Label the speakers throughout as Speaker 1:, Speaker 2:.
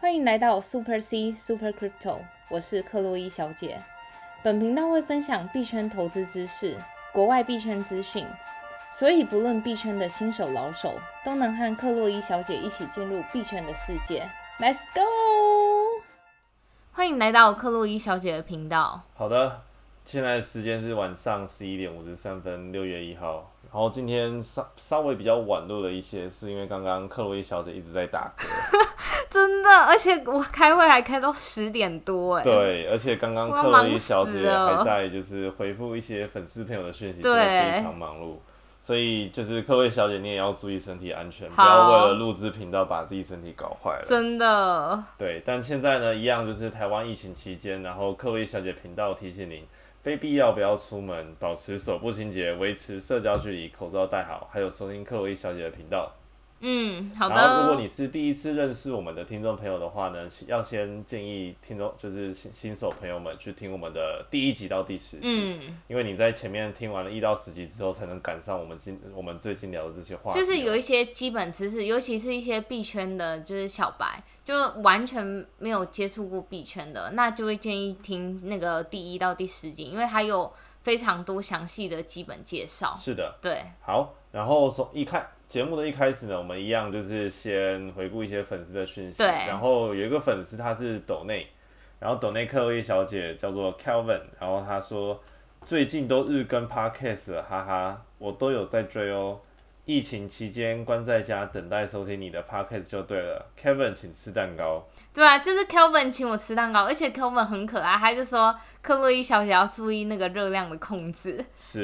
Speaker 1: 欢迎来到 Super C Super Crypto，我是克洛伊小姐。本频道会分享币圈投资知识、国外币圈资讯，所以不论币圈的新手老手，都能和克洛伊小姐一起进入币圈的世界。Let's go！欢迎来到克洛伊小姐的频道。
Speaker 2: 好的，现在时间是晚上十一点五十三分，六月一号。然后今天稍稍微比较晚录了一些，是因为刚刚克洛伊小姐一直在打 嗝。
Speaker 1: 真的，而且我开会还开到十点多哎。
Speaker 2: 对，而且刚刚
Speaker 1: 我要
Speaker 2: 克洛伊小
Speaker 1: 忙死
Speaker 2: 姐
Speaker 1: 了
Speaker 2: 还在就是回复一些粉丝朋友的讯息，
Speaker 1: 对
Speaker 2: 真的非常忙碌。所以就是各位小姐，你也要注意身体安全，不
Speaker 1: 好
Speaker 2: 要为了录制频道把自己身体搞坏了。
Speaker 1: 真的，
Speaker 2: 对，但现在呢，一样就是台湾疫情期间，然后克洛伊小姐频道提醒您，非必要不要出门，保持手部清洁，维持社交距离，口罩戴好，还有收听克洛伊小姐的频道。
Speaker 1: 嗯，好的。
Speaker 2: 然后，如果你是第一次认识我们的听众朋友的话呢，要先建议听众就是新新手朋友们去听我们的第一集到第十集，
Speaker 1: 嗯，
Speaker 2: 因为你在前面听完了一到十集之后，才能赶上我们今我们最近聊的这些话题啊。
Speaker 1: 就是有一些基本知识，尤其是一些币圈的，就是小白，就完全没有接触过币圈的，那就会建议听那个第一到第十集，因为它有非常多详细的基本介绍。
Speaker 2: 是的，
Speaker 1: 对，
Speaker 2: 好，然后从一开节目的一开始呢，我们一样就是先回顾一些粉丝的讯息。
Speaker 1: 对
Speaker 2: 然后有一个粉丝他是抖内，然后抖内克洛伊小姐叫做 Kelvin，然后她说最近都日更 Podcast 了，哈哈，我都有在追哦。疫情期间关在家等待收听你的 Podcast 就对了。Kevin，请吃蛋糕。
Speaker 1: 对啊，就是 Kelvin 请我吃蛋糕，而且 Kelvin 很可爱，他就说克洛伊小姐要注意那个热量的控制，
Speaker 2: 是，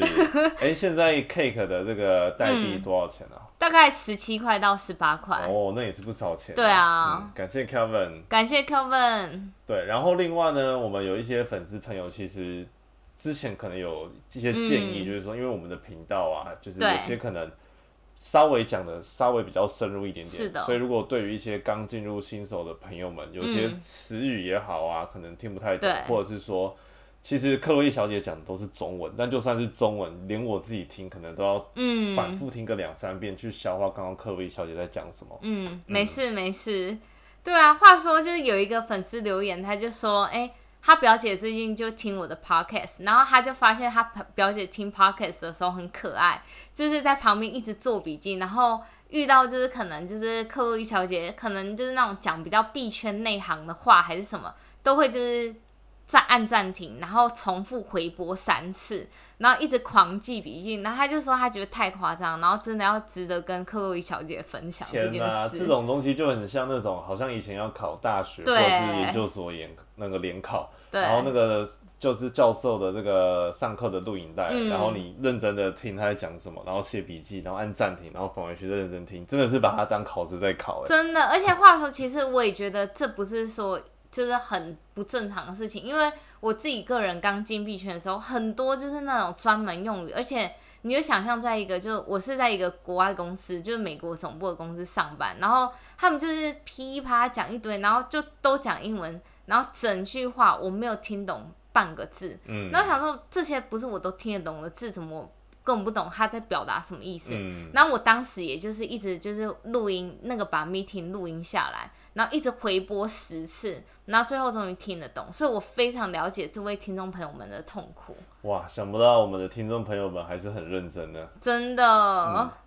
Speaker 2: 哎，现在 Cake 的这个代
Speaker 1: 嗯
Speaker 2: 币多少钱啊？
Speaker 1: 大概十七块到十八块。
Speaker 2: 哦，那也是不少钱、
Speaker 1: 哎对啊
Speaker 2: 嗯感谢 Kevin。
Speaker 1: 感谢 Kelvin，
Speaker 2: 对，然后另外呢，我们有一些粉丝朋友其实之前可能有一些建议，
Speaker 1: 嗯
Speaker 2: 就是说，因为我们的频道啊，就是
Speaker 1: 对
Speaker 2: 有些可能稍微讲的稍微比较深入一点点，
Speaker 1: 是的
Speaker 2: 所以如果对于一些刚进入新手的朋友们，有些
Speaker 1: 嗯
Speaker 2: 词语也好啊，可能听不太懂
Speaker 1: 对，
Speaker 2: 或者是说。其实克洛伊小姐讲的都是中文，但就算是中文，连我自己听可能都要反
Speaker 1: 嗯
Speaker 2: 复听个两三遍，去消化刚刚克洛伊小姐在讲什么。
Speaker 1: 嗯，没事没事。对啊，话说就是有一个粉丝留言，他就说，哎、他表姐最近就听我的 podcast，然后他就发现他表姐听 podcast 的时候很可爱，就是在旁边一直做笔记，然后遇到就是可能就是克洛伊小姐，可能就是那种讲比较币圈内行的话还是什么，都会就是暂按暂停，然后重复回播三次，然后一直狂记笔记，然后他就说他觉得太夸张，然后真的要值得跟克洛伊小姐分享这
Speaker 2: 天
Speaker 1: 件
Speaker 2: 呐，
Speaker 1: 事。
Speaker 2: 这种东西就很像那种，好像以前要考大学或
Speaker 1: 对
Speaker 2: 者是研究所研那个联考，
Speaker 1: 对
Speaker 2: 然后那个就是教授的这个上课的录影带，
Speaker 1: 嗯
Speaker 2: 然后你认真的听他在讲什么，然后写笔记，然后按暂停，然后返回去认真听，真的是把它当考试在考、欸。
Speaker 1: 真的，而且话说，其实我也觉得这不是说就是很不正常的事情，因为我自己个人刚进币圈的时候，很多就是那种专门用语，而且你就想象在一个，就我是在一个国外公司，就是美国总部的公司上班，然后他们就是噼啪讲一堆，然后就都讲英文，然后整句话我没有听懂半个字，
Speaker 2: 嗯
Speaker 1: 然后想说这些不是我都听得懂的字，怎么我根本不懂他在表达什么意思？
Speaker 2: 嗯，
Speaker 1: 然后我当时也就是一直就是录音那个把 meeting 录音下来，然后一直回播十次，然后最后终于听得懂，所以我非常了解这位听众朋友们的痛苦，
Speaker 2: 哇，想不到我们的听众朋友们还是很认真的。
Speaker 1: 真的，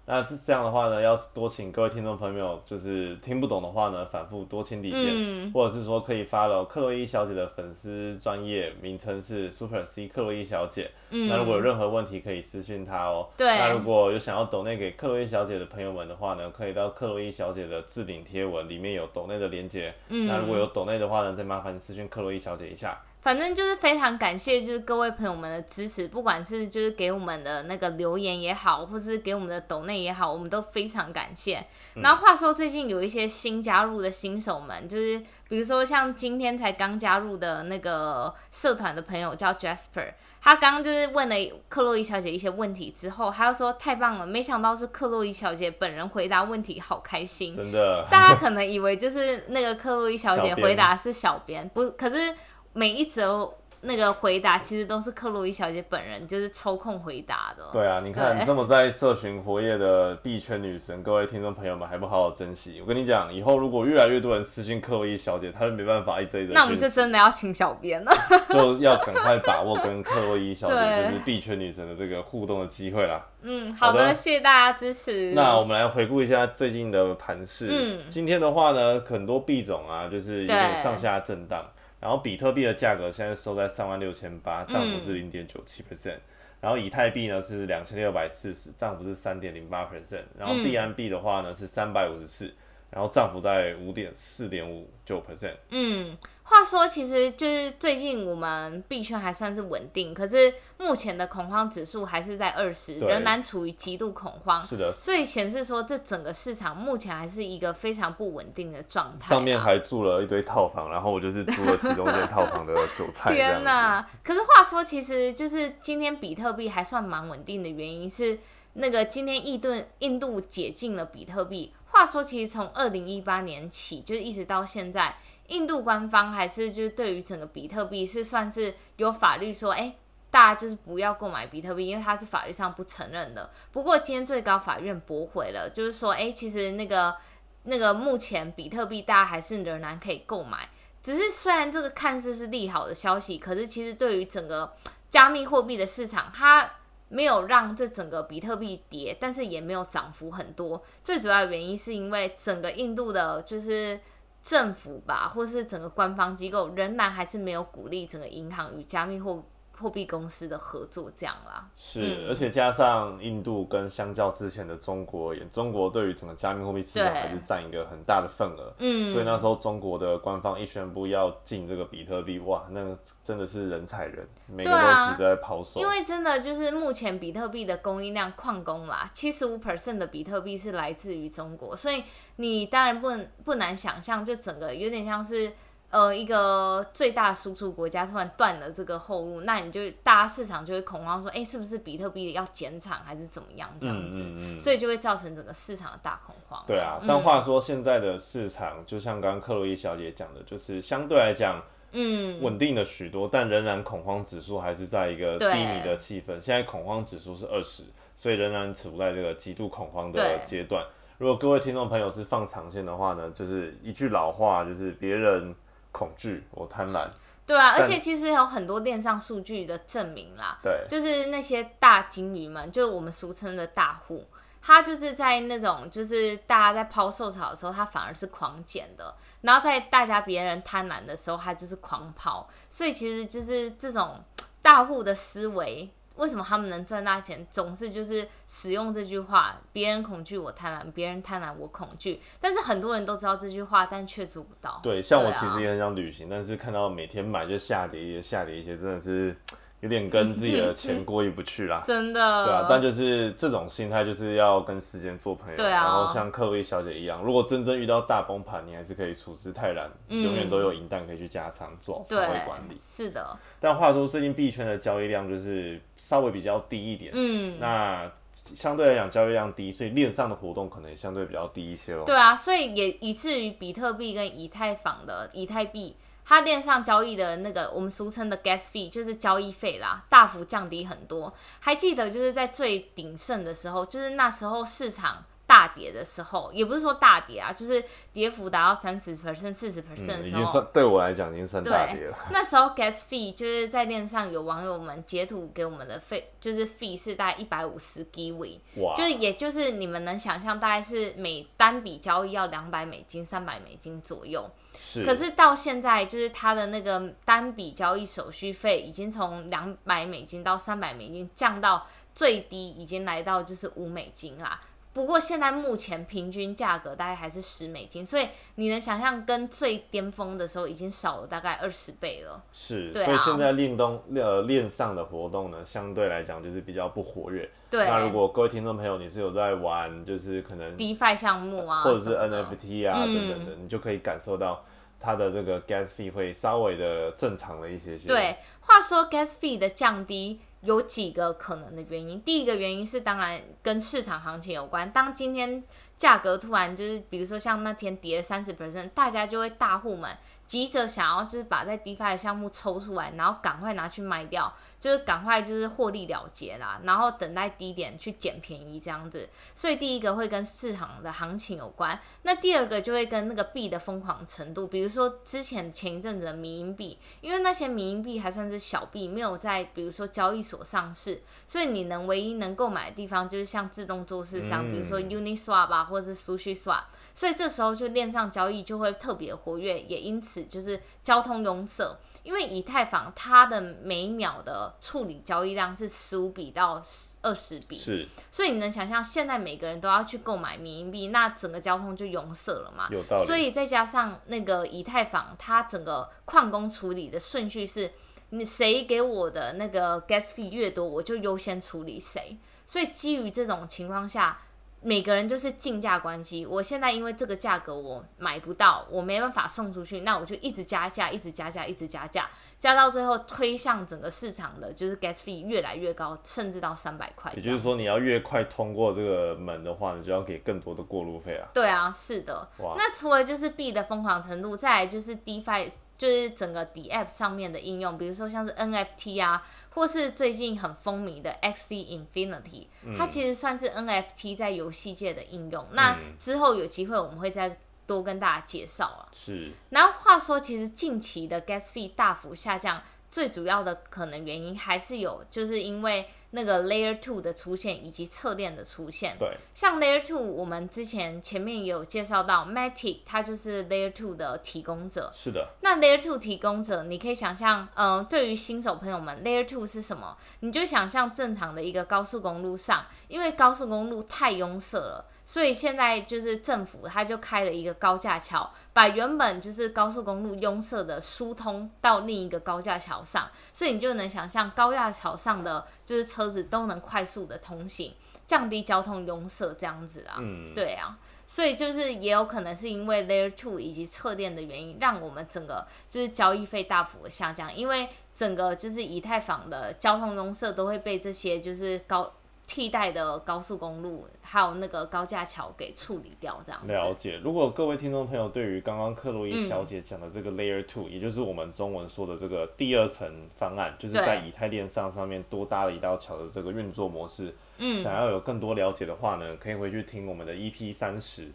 Speaker 2: 那这这样的话呢，要多请各位听众朋友，就是听不懂的话呢，反复多听几遍，
Speaker 1: 嗯
Speaker 2: 或者是说可以 follow 克洛伊小姐的粉丝专业名称是 Super C 克洛伊小姐。
Speaker 1: 嗯，
Speaker 2: 那如果有任何问题可以私信她哦。
Speaker 1: 对
Speaker 2: 那如果有想要抖内给克洛伊小姐的朋友们的话呢，可以到克洛伊小姐的置顶贴文里面有抖内的连接。
Speaker 1: 嗯
Speaker 2: 那如果有抖内的话呢，再麻烦私信克洛伊小姐一下。
Speaker 1: 反正就是非常感谢，就是各位朋友们的支持，不管是就是给我们的那个留言也好，或是给我们的抖内也好，我们都非常感谢。然后话说，最近有一些新加入的新手们，就是比如说像今天才刚加入的那个社团的朋友叫 Jasper，他刚刚就是问了克洛伊小姐一些问题之后，他就说太棒了，没想到是克洛伊小姐本人回答问题，好开心。
Speaker 2: 真的，
Speaker 1: 大家可能以为就是那个克洛伊小姐
Speaker 2: 小编
Speaker 1: 回答是小编，不，可是每一则那个回答其实都是克洛伊小姐本人就是抽空回答的。
Speaker 2: 对啊，你看
Speaker 1: 对
Speaker 2: 这么在社群活跃的币圈女神，各位听众朋友们还不好好珍惜？我跟你讲，以后如果越来越多人私信克洛伊小姐，她就没办法一直一直。
Speaker 1: 那我们就真的要请小编了。
Speaker 2: 就要赶快把握跟克洛伊小姐
Speaker 1: 对
Speaker 2: 就是币圈女神的这个互动的机会啦。
Speaker 1: 嗯，好
Speaker 2: 好
Speaker 1: 的，
Speaker 2: 的
Speaker 1: 谢谢大家支持。
Speaker 2: 那我们来回顾一下最近的盘势。
Speaker 1: 嗯
Speaker 2: 今天的话呢，很多币种啊，就是有点
Speaker 1: 对嗯
Speaker 2: 上下震荡。然后比特币的价格现在收在三万六千八，涨幅是零点九七 percent。然后以太币呢是两千六百四十，涨幅是三点零八 percent。然后
Speaker 1: 嗯
Speaker 2: 币安币的话呢是三百五十四，然后涨幅在五点四点五九 percent。
Speaker 1: 嗯，话说，其实就是最近我们币圈还算是稳定，可是目前的恐慌指数还是在二十，
Speaker 2: 对
Speaker 1: 仍然处于极度恐慌，
Speaker 2: 是的，
Speaker 1: 所以显示说这整个市场目前还是一个非常不稳定的状态啊。
Speaker 2: 上面还住了一堆套房，然后我就是租了其中一间套房的韭菜。这样
Speaker 1: 天
Speaker 2: 子
Speaker 1: 呐！可是话说，其实就是今天比特币还算蛮稳定的原因是，那个今天印度印度解禁了比特币。话说，其实从二零一八年起，就是一直到现在，印度官方还是就是对于整个比特币是算是有法律说，哎、大家就是不要购买比特币，因为它是法律上不承认的。不过今天最高法院驳回了，就是说，哎、其实那个那个目前比特币大家还是仍然可以购买。只是虽然这个看似是利好的消息，可是其实对于整个加密货币的市场，它没有让这整个比特币跌，但是也没有涨幅很多。最主要的原因是因为整个印度的就是政府吧，或是整个官方机构仍然还是没有鼓励整个银行与加密货货币公司的合作，这样啦。
Speaker 2: 是，
Speaker 1: 嗯
Speaker 2: 而且加上印度跟相较之前的中国而言，中国对于整个加密货币市场
Speaker 1: 对
Speaker 2: 还是占一个很大的份额。
Speaker 1: 嗯，
Speaker 2: 所以那时候中国的官方一宣布要进这个比特币，哇，那个真的是人踩人，每个
Speaker 1: 对
Speaker 2: 都
Speaker 1: 啊
Speaker 2: 急着在抛售。
Speaker 1: 因为真的就是目前比特币的供应量矿工啦，七十五 percent 的比特币是来自于中国，所以你当然不能不难想象，就整个有点像是呃一个最大输出国家突然断了这个后路，那你就大家市场就会恐慌说，哎、是不是比特币要减产还是怎么样这样子，
Speaker 2: 嗯嗯嗯
Speaker 1: 所以就会造成整个市场的大恐慌。
Speaker 2: 对啊，
Speaker 1: 嗯
Speaker 2: 但话说现在的市场，就像刚刚克洛伊小姐讲的，就是相对来讲
Speaker 1: 嗯，
Speaker 2: 稳定了许多，但仍然恐慌指数还是在一个低
Speaker 1: 对
Speaker 2: 迷的气氛。现在恐慌指数是二十，所以仍然处在这个极度恐慌的
Speaker 1: 对
Speaker 2: 阶段。如果各位听众朋友是放长线的话呢，就是一句老话，就是别人恐惧，我贪婪。
Speaker 1: 对啊，而
Speaker 2: 但
Speaker 1: 且其实有很多链上数据的证明啦，
Speaker 2: 对，
Speaker 1: 就是那些大金鱼们，就是我们俗称的大户，他就是在那种就是大家在抛售潮的时候，他反而是狂减的，然后在大家别人贪婪的时候，他就是狂抛，所以其实就是这种大户的思维。为什么他们能赚大钱？总是就是使用这句话：别人恐惧我贪婪，别人贪婪我恐惧。但是很多人都知道这句话，但却做不到。
Speaker 2: 对，像我
Speaker 1: 对啊
Speaker 2: 其实也很想旅行，但是看到每天买就下跌一些，下跌一些，真的是有点跟自己 的钱过意不去啦。
Speaker 1: 真的。
Speaker 2: 对啊，但就是这种心态，就是要跟时间做朋友。
Speaker 1: 呃对啊
Speaker 2: 然后像克薇小姐一样，如果真正遇到大崩盘，你还是可以处之泰然，
Speaker 1: 嗯
Speaker 2: 永远都有银弹可以去加仓，做好仓位管理
Speaker 1: 对，。是的，
Speaker 2: 但话说，最近币圈的交易量就是稍微比较低一点，
Speaker 1: 嗯。
Speaker 2: 那相对来讲交易量低，所以链上的活动可能也相对比较低一些咯。
Speaker 1: 对啊，所以也以至于比特币跟以太坊的以太币，它链上交易的那个我们俗称的 gas fee，就是交易费啦，大幅降低很多。还记得就是在最鼎盛的时候，就是那时候市场。大跌的时候，也不是说大跌啊，就是跌幅达到三十 percent、四十 percent 的
Speaker 2: 嗯，已
Speaker 1: 时
Speaker 2: 经
Speaker 1: 候，
Speaker 2: 算对我来讲已经算大跌了。
Speaker 1: 那时候 gas fee 就是在链上有网友们截图给我们的费，就是 fee 是大概一百五十 GW，
Speaker 2: 哇，
Speaker 1: 就是也就是你们能想象，大概是每单笔交易要两百美金、三百美金左右。
Speaker 2: 是，
Speaker 1: 可是到现在，就是它的那个单笔交易手续费已经从两百美金到三百美金降到最低，已经来到就是五美金啦。不过现在目前平均价格大概还是十美金，所以你能想象跟最巅峰的时候已经少了大概二十倍了。
Speaker 2: 是，
Speaker 1: 对啊
Speaker 2: 所以现在链东呃链上的活动呢，相对来讲就是比较不活跃。
Speaker 1: 对
Speaker 2: 那如果各位听众朋友你是有在玩，就是可能
Speaker 1: ，DeFi 项目啊，
Speaker 2: 或者是
Speaker 1: 什么的
Speaker 2: NFT 啊
Speaker 1: 嗯
Speaker 2: 等等的，你就可以感受到它的这个 gas fee 会稍微的正常了一些些。
Speaker 1: 对，话说 gas fee 的降低有几个可能的原因，第一个原因是当然跟市场行情有关。当今天价格突然就是，比如说像那天跌了三十 percent，大家就会大户们急着想要就是把在 DeFi 的项目抽出来，然后赶快拿去卖掉，就是赶快就是获利了结啦，然后等待低点去捡便宜这样子。所以第一个会跟市场的行情有关，那第二个就会跟那个币的疯狂程度，比如说之前前一阵子的迷因币，因为那些迷因币还算是小币，没有在比如说交易所上市，所以你能唯一能购买的地方就是像自动做市商，
Speaker 2: 嗯
Speaker 1: 比如说 Uniswap 啊，或者是 Sushi Swap，所以这时候就链上交易就会特别活跃，也因此就是交通拥塞。因为以太坊它的每秒的处理交易量是十五笔到二十笔，
Speaker 2: 是
Speaker 1: 所以你能想象，现在每个人都要去购买民营币，那整个交通就拥塞了嘛？
Speaker 2: 有道理。
Speaker 1: 所以再加上那个以太坊，它整个矿工处理的顺序是，你谁给我的那个 gas fee 越多，我就优先处理谁。所以基于这种情况下，每个人就是竞价关系。我现在因为这个价格我买不到，我没办法送出去，那我就一直加价，一直加价，一直加价，加到最后推向整个市场的就是 gas fee 越来越高，甚至到三百块这
Speaker 2: 也
Speaker 1: 样。
Speaker 2: 就是说，你要越快通过这个门的话，你就要给更多的过路费啊。
Speaker 1: 对啊，是的。
Speaker 2: 哇
Speaker 1: 那除了就是币的疯狂程度，再来就是 DeFi，就是整个 d App 上面的应用，比如说像是 NFT 啊，或是最近很风靡的 XC Infinity，、它其实算是 NFT 在游戏界的应用。那之后有机会我们会再多跟大家介绍啊。
Speaker 2: 是
Speaker 1: 然后话说，其实近期的 gas fee 大幅下降，最主要的可能原因还是有，就是因为那个 layer two 的出现以及侧链的出现。
Speaker 2: 对，
Speaker 1: 像 layer two，我们之前前面也有介绍到，Matic 它就是 layer two 的提供者。
Speaker 2: 是的，
Speaker 1: 那 Layer Two 提供者，你可以想象，嗯、对于新手朋友们，Layer Two 是什么？你就想象正常的一个高速公路上，因为高速公路太拥塞了，所以现在就是政府它就开了一个高架桥，把原本就是高速公路拥塞的疏通到另一个高架桥上，所以你就能想象高架桥上的就是车子都能快速的通行，降低交通拥塞这样子啊。
Speaker 2: 嗯，
Speaker 1: 对啊，所以就是也有可能是因为 Layer Two 以及侧链的原因，让我们整个就是交易费大幅的下降，因为整个就是以太坊的交通拥塞都会被这些就是高替代的高速公路还有那个高架桥给处理掉，这样
Speaker 2: 了
Speaker 1: 子。
Speaker 2: 解。如果各位听众朋友对于刚刚克洛伊小姐讲的这个 Layer Two，、也就是我们中文说的这个第二层方案，就是
Speaker 1: 对
Speaker 2: 在以太链上上面多搭了一道桥的这个运作模式，嗯，想要有更多了解的话呢，可以回去听我们的 EP 三十。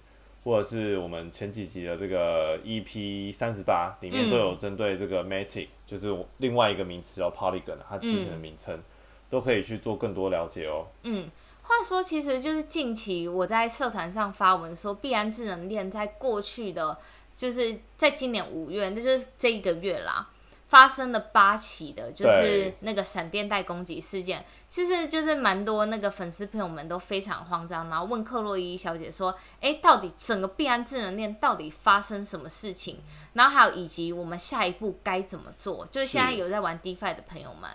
Speaker 2: 或者是我们前几集的这个 EP 三十八里面
Speaker 1: 嗯
Speaker 2: 都有针对这个 Matic，、就是我另外一个名词叫 Polygon，它之前的名称、都可以去做更多了解哦。
Speaker 1: 嗯话说，其实就是近期我在社团上发文说，必安智能链在过去的就是在今年五月，那就是这一个月啦，发生了八起的，就是
Speaker 2: 对
Speaker 1: 那个闪电贷攻击事件。其实就是蛮多那个粉丝朋友们都非常慌张，然后问克洛伊小姐说：“哎，到底整个必安智能链到底发生什么事情？然后还有以及我们下一步该怎么做？”就是现在
Speaker 2: 是
Speaker 1: 有在玩 DeFi 的朋友们。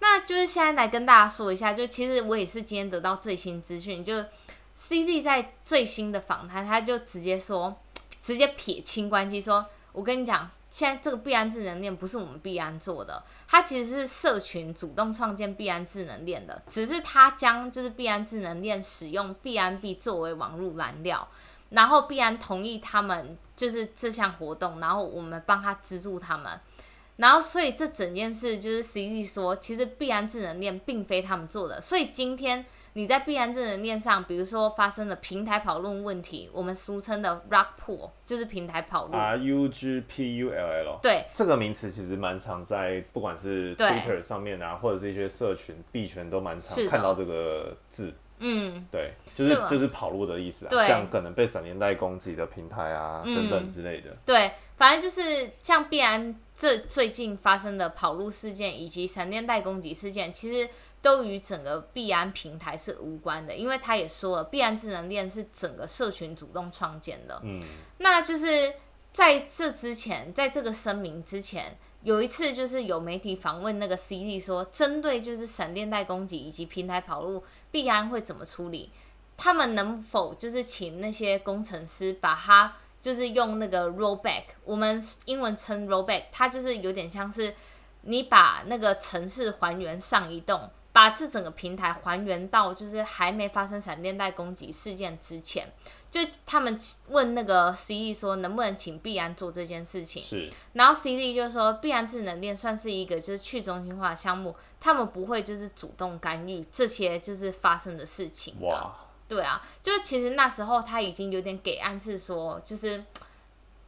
Speaker 1: 那就是现在来跟大家说一下，就其实我也是今天得到最新资讯，就 C D 在最新的访谈，他就直接说，直接撇清关系，说我跟你讲，现在这个必安智能链不是我们必安做的，它其实是社群主动创建必安智能链的，只是它将就是必安智能链使用必安币作为网络燃料，然后必安同意他们就是这项活动，然后我们帮他资助他们。然后，所以这整件事就是 C D 说，其实必安智能链并非他们做的。所以今天你在必安智能链上，比如说发生了平台跑路问题，我们俗称的 rug pull，就是平台跑路。
Speaker 2: R U G P U L 哦 L，
Speaker 1: 对，
Speaker 2: 这个名词其实蛮常在不管是
Speaker 1: 对
Speaker 2: Twitter 上面啊，或者是一些社群币圈都蛮
Speaker 1: 是
Speaker 2: 常
Speaker 1: 的
Speaker 2: 看到这个字。
Speaker 1: 嗯，
Speaker 2: 对，就是
Speaker 1: 对
Speaker 2: 就是跑路的意思啊，
Speaker 1: 对
Speaker 2: 像可能被闪电贷攻击的平台啊、
Speaker 1: 嗯
Speaker 2: 等等之类的。
Speaker 1: 对，反正就是像必安这最近发生的跑路事件以及闪电贷攻击事件，其实都与整个必安平台是无关的，因为他也说了，必安智能链是整个社群主动创建的。
Speaker 2: 嗯，
Speaker 1: 那就是在这之前，在这个声明之前，有一次就是有媒体访问那个 CD 说，针对就是闪电贷攻击以及平台跑路，必安会怎么处理？他们能否就是请那些工程师把它就是用那个 rollback，我们英文称 rollback，它就是有点像是你把那个城市还原上一栋，把这整个平台还原到就是还没发生闪电贷攻击事件之前，就他们问那个 CE 说能不能请必安做这件事情，
Speaker 2: 是
Speaker 1: 然后 CD 就说，必然智能链算是一个就是去中心化的项目，他们不会就是主动干预这些就是发生的事情、啊。
Speaker 2: 哇，
Speaker 1: 对啊，就是其实那时候他已经有点给暗示说，就是嘖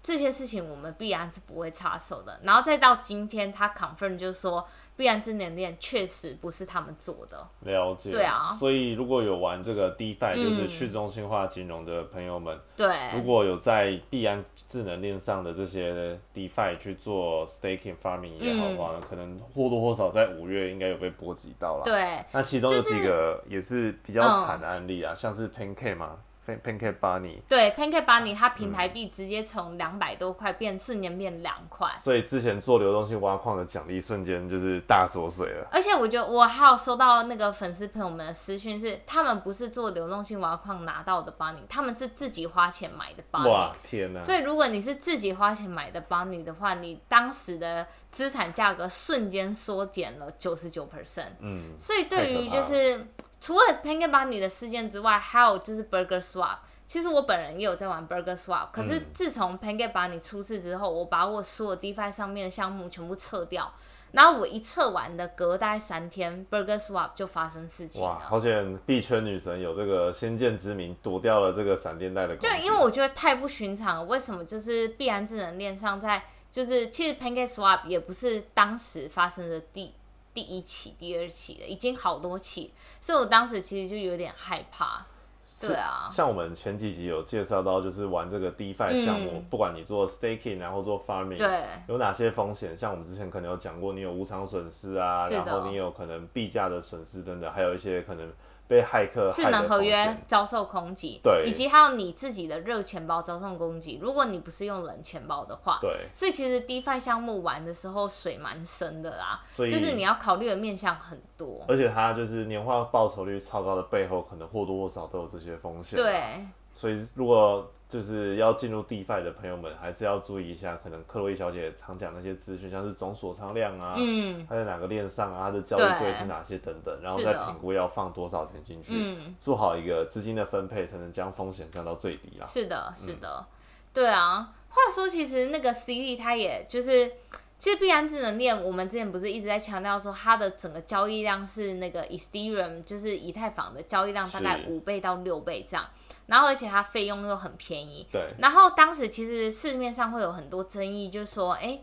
Speaker 1: 这些事情我们必然是不会插手的。然后再到今天，他 confirm 就说，必然智能链确实不是他们做的。
Speaker 2: 了解。
Speaker 1: 对啊
Speaker 2: 所以如果有玩这个 DeFi，、就是
Speaker 1: 嗯
Speaker 2: 去中心化金融的朋友们，如
Speaker 1: 对，
Speaker 2: 果有在币安智能链上的这些 DeFi 去做 staking farming 也
Speaker 1: 嗯
Speaker 2: 好的话，可能或多或少在五月应该有被波及到了。
Speaker 1: 对，
Speaker 2: 那其中有几个也是比较
Speaker 1: 嗯
Speaker 2: 惨的案例啊，像是 Pancake 嘛，Pan-，Pancake Bunny，
Speaker 1: 对，Pancake
Speaker 2: 嗯
Speaker 1: Bunny 它平台币直接从两百多块变瞬间变两块。
Speaker 2: 所以之前做流动性挖矿的奖励瞬间就是大缩水了。
Speaker 1: 而且我觉得我还有收到那个粉丝朋友们的私讯是，他们不是做流动性挖矿拿到的 Bunny，他们是自己花钱买的 Bunny
Speaker 2: 哇。，天哪、
Speaker 1: 所以如果你是自己花钱买的 Bunny 的话，你当时的资产价格瞬间缩减了九十九 percent。
Speaker 2: 嗯，
Speaker 1: 所以对于
Speaker 2: 太可
Speaker 1: 就
Speaker 2: 怕
Speaker 1: 是除了 Pancake Bunny 的事件之外，还有就是 Burger Swap。其实我本人也有在玩 Burger Swap，可是
Speaker 2: 嗯
Speaker 1: 自从 Pancake Bunny 出事之后，我把我所有 DeFi 上面的项目全部撤掉，然后我一撤完的隔大概三天，Burger Swap 就发生事情
Speaker 2: 哇，
Speaker 1: 了。
Speaker 2: 好险！币圈女神有这个先见之明，躲掉了这个闪电贷的攻击。
Speaker 1: 就因为我觉得太不寻常了，为什么就是必然智能链上在就是其实 Pancake Swap 也不是当时发生的第第一起、第二起了，已经好多起，所以我当时其实就有点害怕。
Speaker 2: 是
Speaker 1: 对啊，
Speaker 2: 像我们前几集有介绍到，就是玩这个 DeFi 项目，
Speaker 1: 嗯
Speaker 2: 不管你做 staking 然后做 farming，
Speaker 1: 对，
Speaker 2: 有哪些风险？像我们之前可能有讲过，你有无偿损失啊，
Speaker 1: 是的
Speaker 2: 然后你有可能币价的损失等等，还有一些可能被骇客
Speaker 1: 智
Speaker 2: 害
Speaker 1: 能
Speaker 2: 的
Speaker 1: 合
Speaker 2: 风
Speaker 1: 约
Speaker 2: 险。
Speaker 1: 遭受攻击，
Speaker 2: 对
Speaker 1: 以及还有你自己的热钱包遭受攻击。如果你不是用冷钱包的话，
Speaker 2: 对，
Speaker 1: 所以其实 DeFi 项目玩的时候水蛮深的啦，
Speaker 2: 所
Speaker 1: 就
Speaker 2: 以
Speaker 1: 是你要考虑的面向很多。
Speaker 2: 而且它就是年化报酬率超高的背后，可能或多或少都有这些风险。，啊
Speaker 1: 对，
Speaker 2: 所以如果就是要进入 DeFi 的朋友们，还是要注意一下，可能克洛伊小姐常讲那些资讯，像是总锁仓量啊，
Speaker 1: 嗯
Speaker 2: 它在哪个链上啊，它的交易柜
Speaker 1: 对
Speaker 2: 是哪些等等，然后
Speaker 1: 是
Speaker 2: 再
Speaker 1: 的
Speaker 2: 评估要放多少钱进去，
Speaker 1: 嗯，
Speaker 2: 做好一个资金的分配，才能将风险降到最低啦。
Speaker 1: 是的，是的，对啊。话说，其实那个 CD 它也就是，其实币安智能链，我们之前不是一直在强调说，它的整个交易量是那个 Ethereum 就是以太坊的交易量大概
Speaker 2: 是
Speaker 1: 五倍到六倍这样，然后而且它费用又很便宜，
Speaker 2: 对，
Speaker 1: 然后当时其实市面上会有很多争议，就说，哎，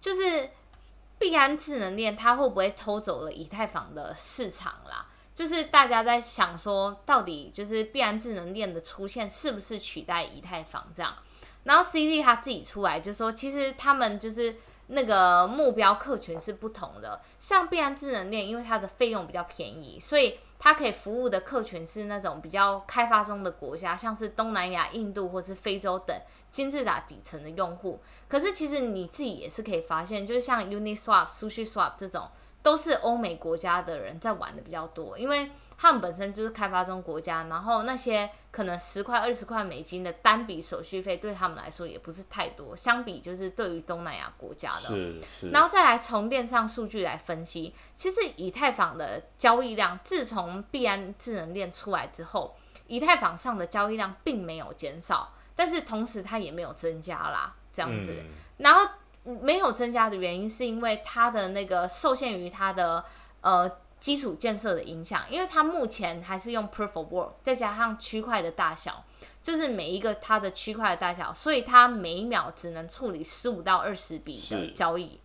Speaker 1: 就是币安智能链它会不会偷走了以太坊的市场啦？就是大家在想说，到底就是币安智能链的出现是不是取代以太坊这样？然后 CD 他自己出来就说，其实他们就是那个目标客群是不同的。像币安智能链，因为它的费用比较便宜，所以它可以服务的客群是那种比较开发中的国家，像是东南亚、印度或是非洲等金字塔底层的用户。可是其实你自己也是可以发现，就是像 Uniswap、SushiSwap 这种，都是欧美国家的人在玩的比较多，因为他们本身就是开发中国家，然后那些可能十块、二十块美金的单笔手续费对他们来说也不是太多，相比就是对于东南亚国家的
Speaker 2: 是是。
Speaker 1: 然后再来从链上数据来分析，其实以太坊的交易量自从币安智能链出来之后，以太坊上的交易量并没有减少，但是同时它也没有增加啦，这样子。
Speaker 2: 嗯
Speaker 1: 然后没有增加的原因是因为它的那个受限于它的呃基础建设的影响，因为它目前还是用 Proof of Work，再加上区块的大小，就是每一个它的区块的大小，所以它每秒只能处理十五到二十笔的
Speaker 2: 是
Speaker 1: 交易。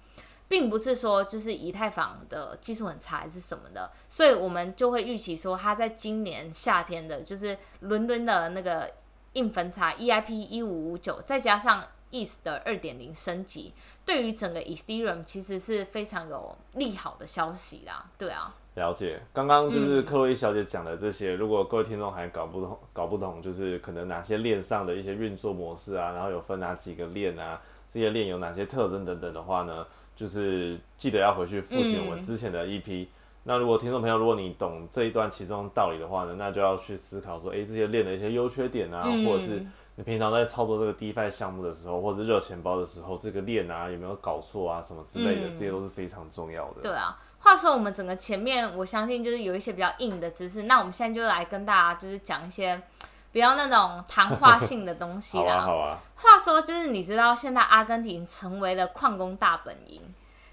Speaker 1: 并不是说就是以太坊的技术很差还是什么的，所以我们就会预期说它在今年夏天的，就是伦敦的那个硬分叉 EIP 一五五九，再加上 ETH 的二点零升级，对于整个 Ethereum 其实是非常有利好的消息啦。对啊，
Speaker 2: 了解，刚刚就是
Speaker 1: 嗯
Speaker 2: 克洛伊小姐讲的这些，如果各位听众还搞不懂，搞不懂就是可能哪些链上的一些运作模式啊，然后有分哪几个链啊，这些链有哪些特征等等的话呢，就是记得要回去复习
Speaker 1: 嗯
Speaker 2: 我们之前的 EP。那如果听众朋友，如果你懂这一段其中的道理的话呢，那就要去思考说，诶，这些链的一些优缺点啊，
Speaker 1: 嗯
Speaker 2: 或者是你平常在操作这个 DeFi 项目的时候，或者是热钱包的时候，这个链啊有没有搞错啊什么之类的，
Speaker 1: 嗯
Speaker 2: 这些都是非常重要的。
Speaker 1: 对啊，话说我们整个前面，我相信就是有一些比较硬的知识，那我们现在就来跟大家就是讲一些比较那种谈话性的东西
Speaker 2: 好啊，
Speaker 1: 啦。
Speaker 2: 好啊，
Speaker 1: 话说就是你知道现在阿根廷成为了矿工大本营，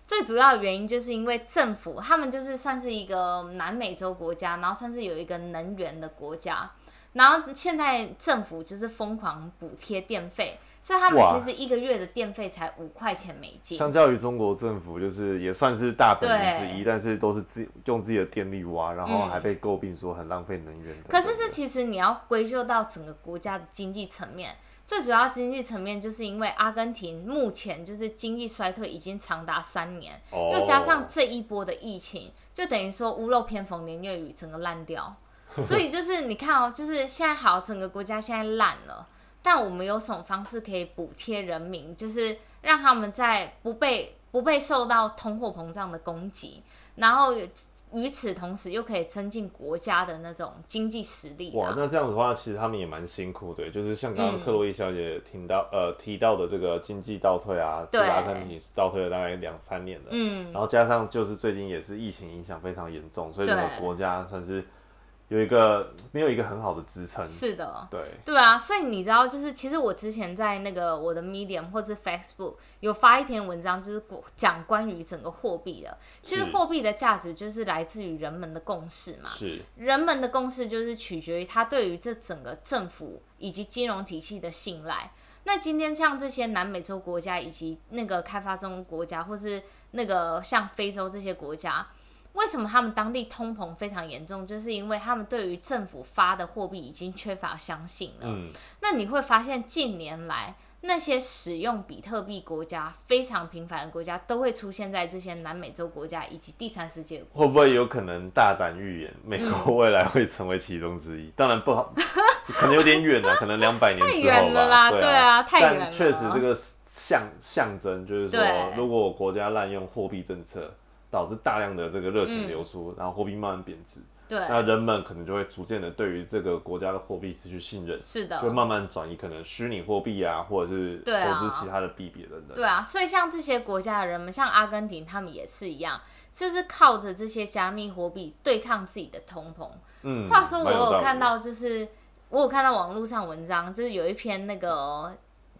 Speaker 1: 最主要的原因就是因为政府他们就是算是一个南美洲国家，然后算是有一个能源的国家。然后现在政府就是疯狂补贴电费，所以他们
Speaker 2: 哇
Speaker 1: 其实一个月的电费才五块钱美金。
Speaker 2: 相较于中国政府，就是也算是大本营
Speaker 1: 对
Speaker 2: 之一，但是都是自用自己的电力挖，然后
Speaker 1: 嗯
Speaker 2: 还被诟病说很浪费能源等等的。
Speaker 1: 可是这其实你要归咎到整个国家的经济层面，最主要经济层面就是因为阿根廷目前就是经济衰退已经长达三年，
Speaker 2: 哦
Speaker 1: 又加上这一波的疫情，就等于说屋漏偏逢连夜雨，整个烂 掉。所以就是你看哦，就是现在好，整个国家现在烂了，但我们有什么方式可以补贴人民，就是让他们在不被不被受到通货膨胀的攻击，然后与此同时又可以增进国家的那种经济实力啊
Speaker 2: 哦哇，
Speaker 1: 啦。
Speaker 2: 那这样子的话，其实他们也蛮辛苦的，就是像刚刚克洛伊小姐听到、呃提到的这个经济倒退啊，
Speaker 1: 对
Speaker 2: 这个阿根廷倒退了大概两三年了，
Speaker 1: 嗯，
Speaker 2: 然后加上就是最近也是疫情影响非常严重，所以整个
Speaker 1: 对
Speaker 2: 国家算是有一个没有一个很好的支撑，
Speaker 1: 是的。
Speaker 2: 对，
Speaker 1: 对啊，所以你知道，就是其实我之前在那个我的 Medium 或是 Facebook 有发一篇文章，就是讲关于整个货币的。其实
Speaker 2: 是
Speaker 1: 货币的价值就是来自于人们的共识嘛。
Speaker 2: 是
Speaker 1: 人们的共识就是取决于他对于这整个政府以及金融体系的信赖。那今天像这些南美洲国家以及那个开发中国家，或是那个像非洲这些国家，为什么他们当地通膨非常严重？就是因为他们对于政府发的货币已经缺乏相信了。
Speaker 2: 嗯，
Speaker 1: 那你会发现近年来那些使用比特币国家非常频繁的国家，都会出现在这些南美洲国家以及第三世界国家
Speaker 2: 会不会有可能大胆预言美
Speaker 1: 嗯
Speaker 2: 国未来会成为其中之一？当然不好，可能有点远啊了、可能两百年
Speaker 1: 太
Speaker 2: 之后
Speaker 1: 远了啦，
Speaker 2: 吧对
Speaker 1: 对啊太远
Speaker 2: 但
Speaker 1: 了
Speaker 2: 确实这个象象征就是说
Speaker 1: 对，
Speaker 2: 如果国家滥用货币政策，导致大量的这个热钱流出，然后货币慢慢贬值，
Speaker 1: 嗯对，
Speaker 2: 那人们可能就会逐渐的对于这个国家的货币失去信任。
Speaker 1: 是的，
Speaker 2: 就慢慢转移可能虚拟货币啊，或者是
Speaker 1: 对啊
Speaker 2: 投资其他的币别等等。
Speaker 1: 对啊，所以像这些国家的人们，像阿根廷，他们也是一样，就是靠着这些加密货币对抗自己的通膨。
Speaker 2: 嗯，
Speaker 1: 话说，我
Speaker 2: 蛮道理
Speaker 1: 有
Speaker 2: 的
Speaker 1: 看到，就是我有看到网络上文章，就是有一篇那个，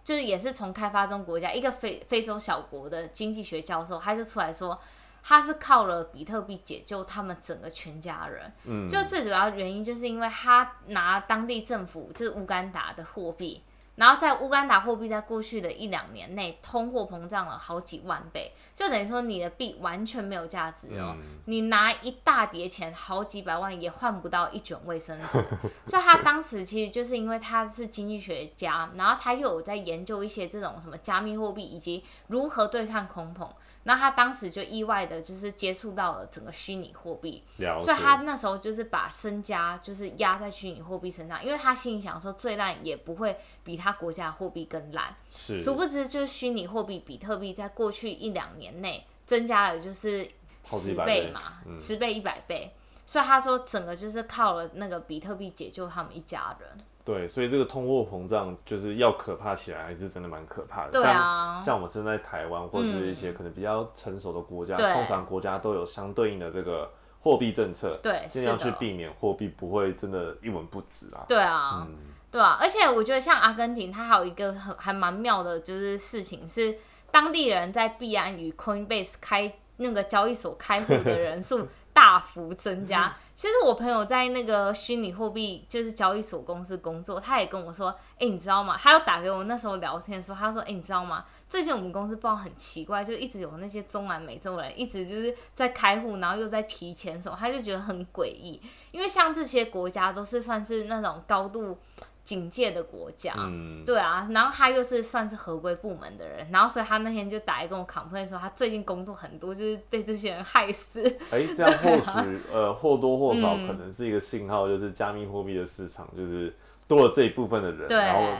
Speaker 1: 就是也是从开发中国家一个非非洲小国的经济学教授，他就出来说。他是靠了比特币解救他们整个全家人，
Speaker 2: 嗯
Speaker 1: 就最主要原因就是因为他拿当地政府就是乌干达的货币，然后在乌干达货币在过去的一两年内通货膨胀了好几万倍，就等于说你的币完全没有价值哦，你拿一大叠钱好几百万也换不到一卷卫生纸， 所以他当时其实就是因为他是经济学家，然后他又有在研究一些这种什么加密货币以及如何对抗空膨，然后他当时就意外的就是接触到了整个虚拟货币，
Speaker 2: 了
Speaker 1: 所
Speaker 2: 解
Speaker 1: 以，他那时候就是把身家就是压在虚拟货币身上，因为他心里想说最烂也不会比他国家的货币更烂。
Speaker 2: 是
Speaker 1: 殊不知，就是虚拟货币比特币在过去一两年内增加了就是
Speaker 2: 好
Speaker 1: 十
Speaker 2: 几百倍嗯
Speaker 1: 嘛，十倍一百倍。所以他说，整个就是靠了那个比特币解救他们一家人。
Speaker 2: 对，所以这个通货膨胀就是要可怕起来，还是真的蛮可怕的。
Speaker 1: 对啊
Speaker 2: 但像我们现在台湾或者是一些可能比较成熟的国家，
Speaker 1: 对
Speaker 2: 通常国家都有相对应的这个货币政策，
Speaker 1: 对
Speaker 2: 尽量
Speaker 1: 是的
Speaker 2: 去避免货币不会真的一文不值啊。
Speaker 1: 对啊，对啊，而且我觉得像阿根廷，它还有一个很还蛮妙的，就是事情是当地人在币安与 Coinbase 开那个交易所开户的人数大幅增加。其实我朋友在那个虚拟货币就是交易所公司工作，他也跟我说，哎、你知道吗？他要打给我那时候聊天的时候，他说，哎、你知道吗？最近我们公司不知道很奇怪，就一直有那些中南美洲人一直就是在开户，然后又在提钱什么，他就觉得很诡异，因为像这些国家都是算是那种高度警戒的国家，
Speaker 2: 嗯，
Speaker 1: 对啊，然后他又是算是合规部门的人，然后所以他那天就打来跟我 complain 说，他最近工作很多，就是被这些人害 死。
Speaker 2: 哎、这样或许、 呃或多或少
Speaker 1: 嗯
Speaker 2: 可能是一个信号，就是加密货币的市场就是多了这一部分的人，然后
Speaker 1: 对，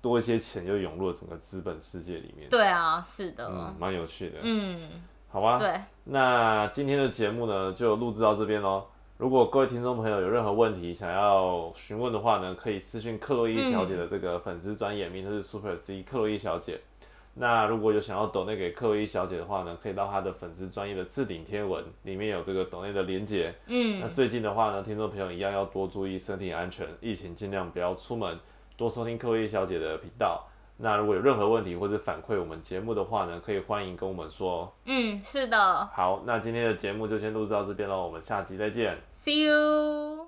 Speaker 2: 多一些钱就涌入了整个资本世界里面。
Speaker 1: 对啊，是的，
Speaker 2: 嗯，蛮有趣的。
Speaker 1: 嗯，
Speaker 2: 好吧，
Speaker 1: 对，
Speaker 2: 那今天的节目呢，就录制到这边喽。如果各位听众朋友有任何问题想要询问的话呢，可以私信克洛伊小姐的这个粉丝专业，名称是 Super C 克洛伊小姐。那如果有想要抖内给克洛伊小姐的话呢，可以到她的粉丝专业的置顶贴文里面有这个抖内的连结。那
Speaker 1: 嗯，
Speaker 2: 最近的话呢，听众朋友一样要多注意身体安全，疫情尽量不要出门，多收听克洛伊小姐的频道。那如果有任何问题或者反馈我们节目的话呢，可以欢迎跟我们说哦。
Speaker 1: 嗯，是的
Speaker 2: 好，那今天的节目就先录到这边喽，我们下集再见。
Speaker 1: ，See you。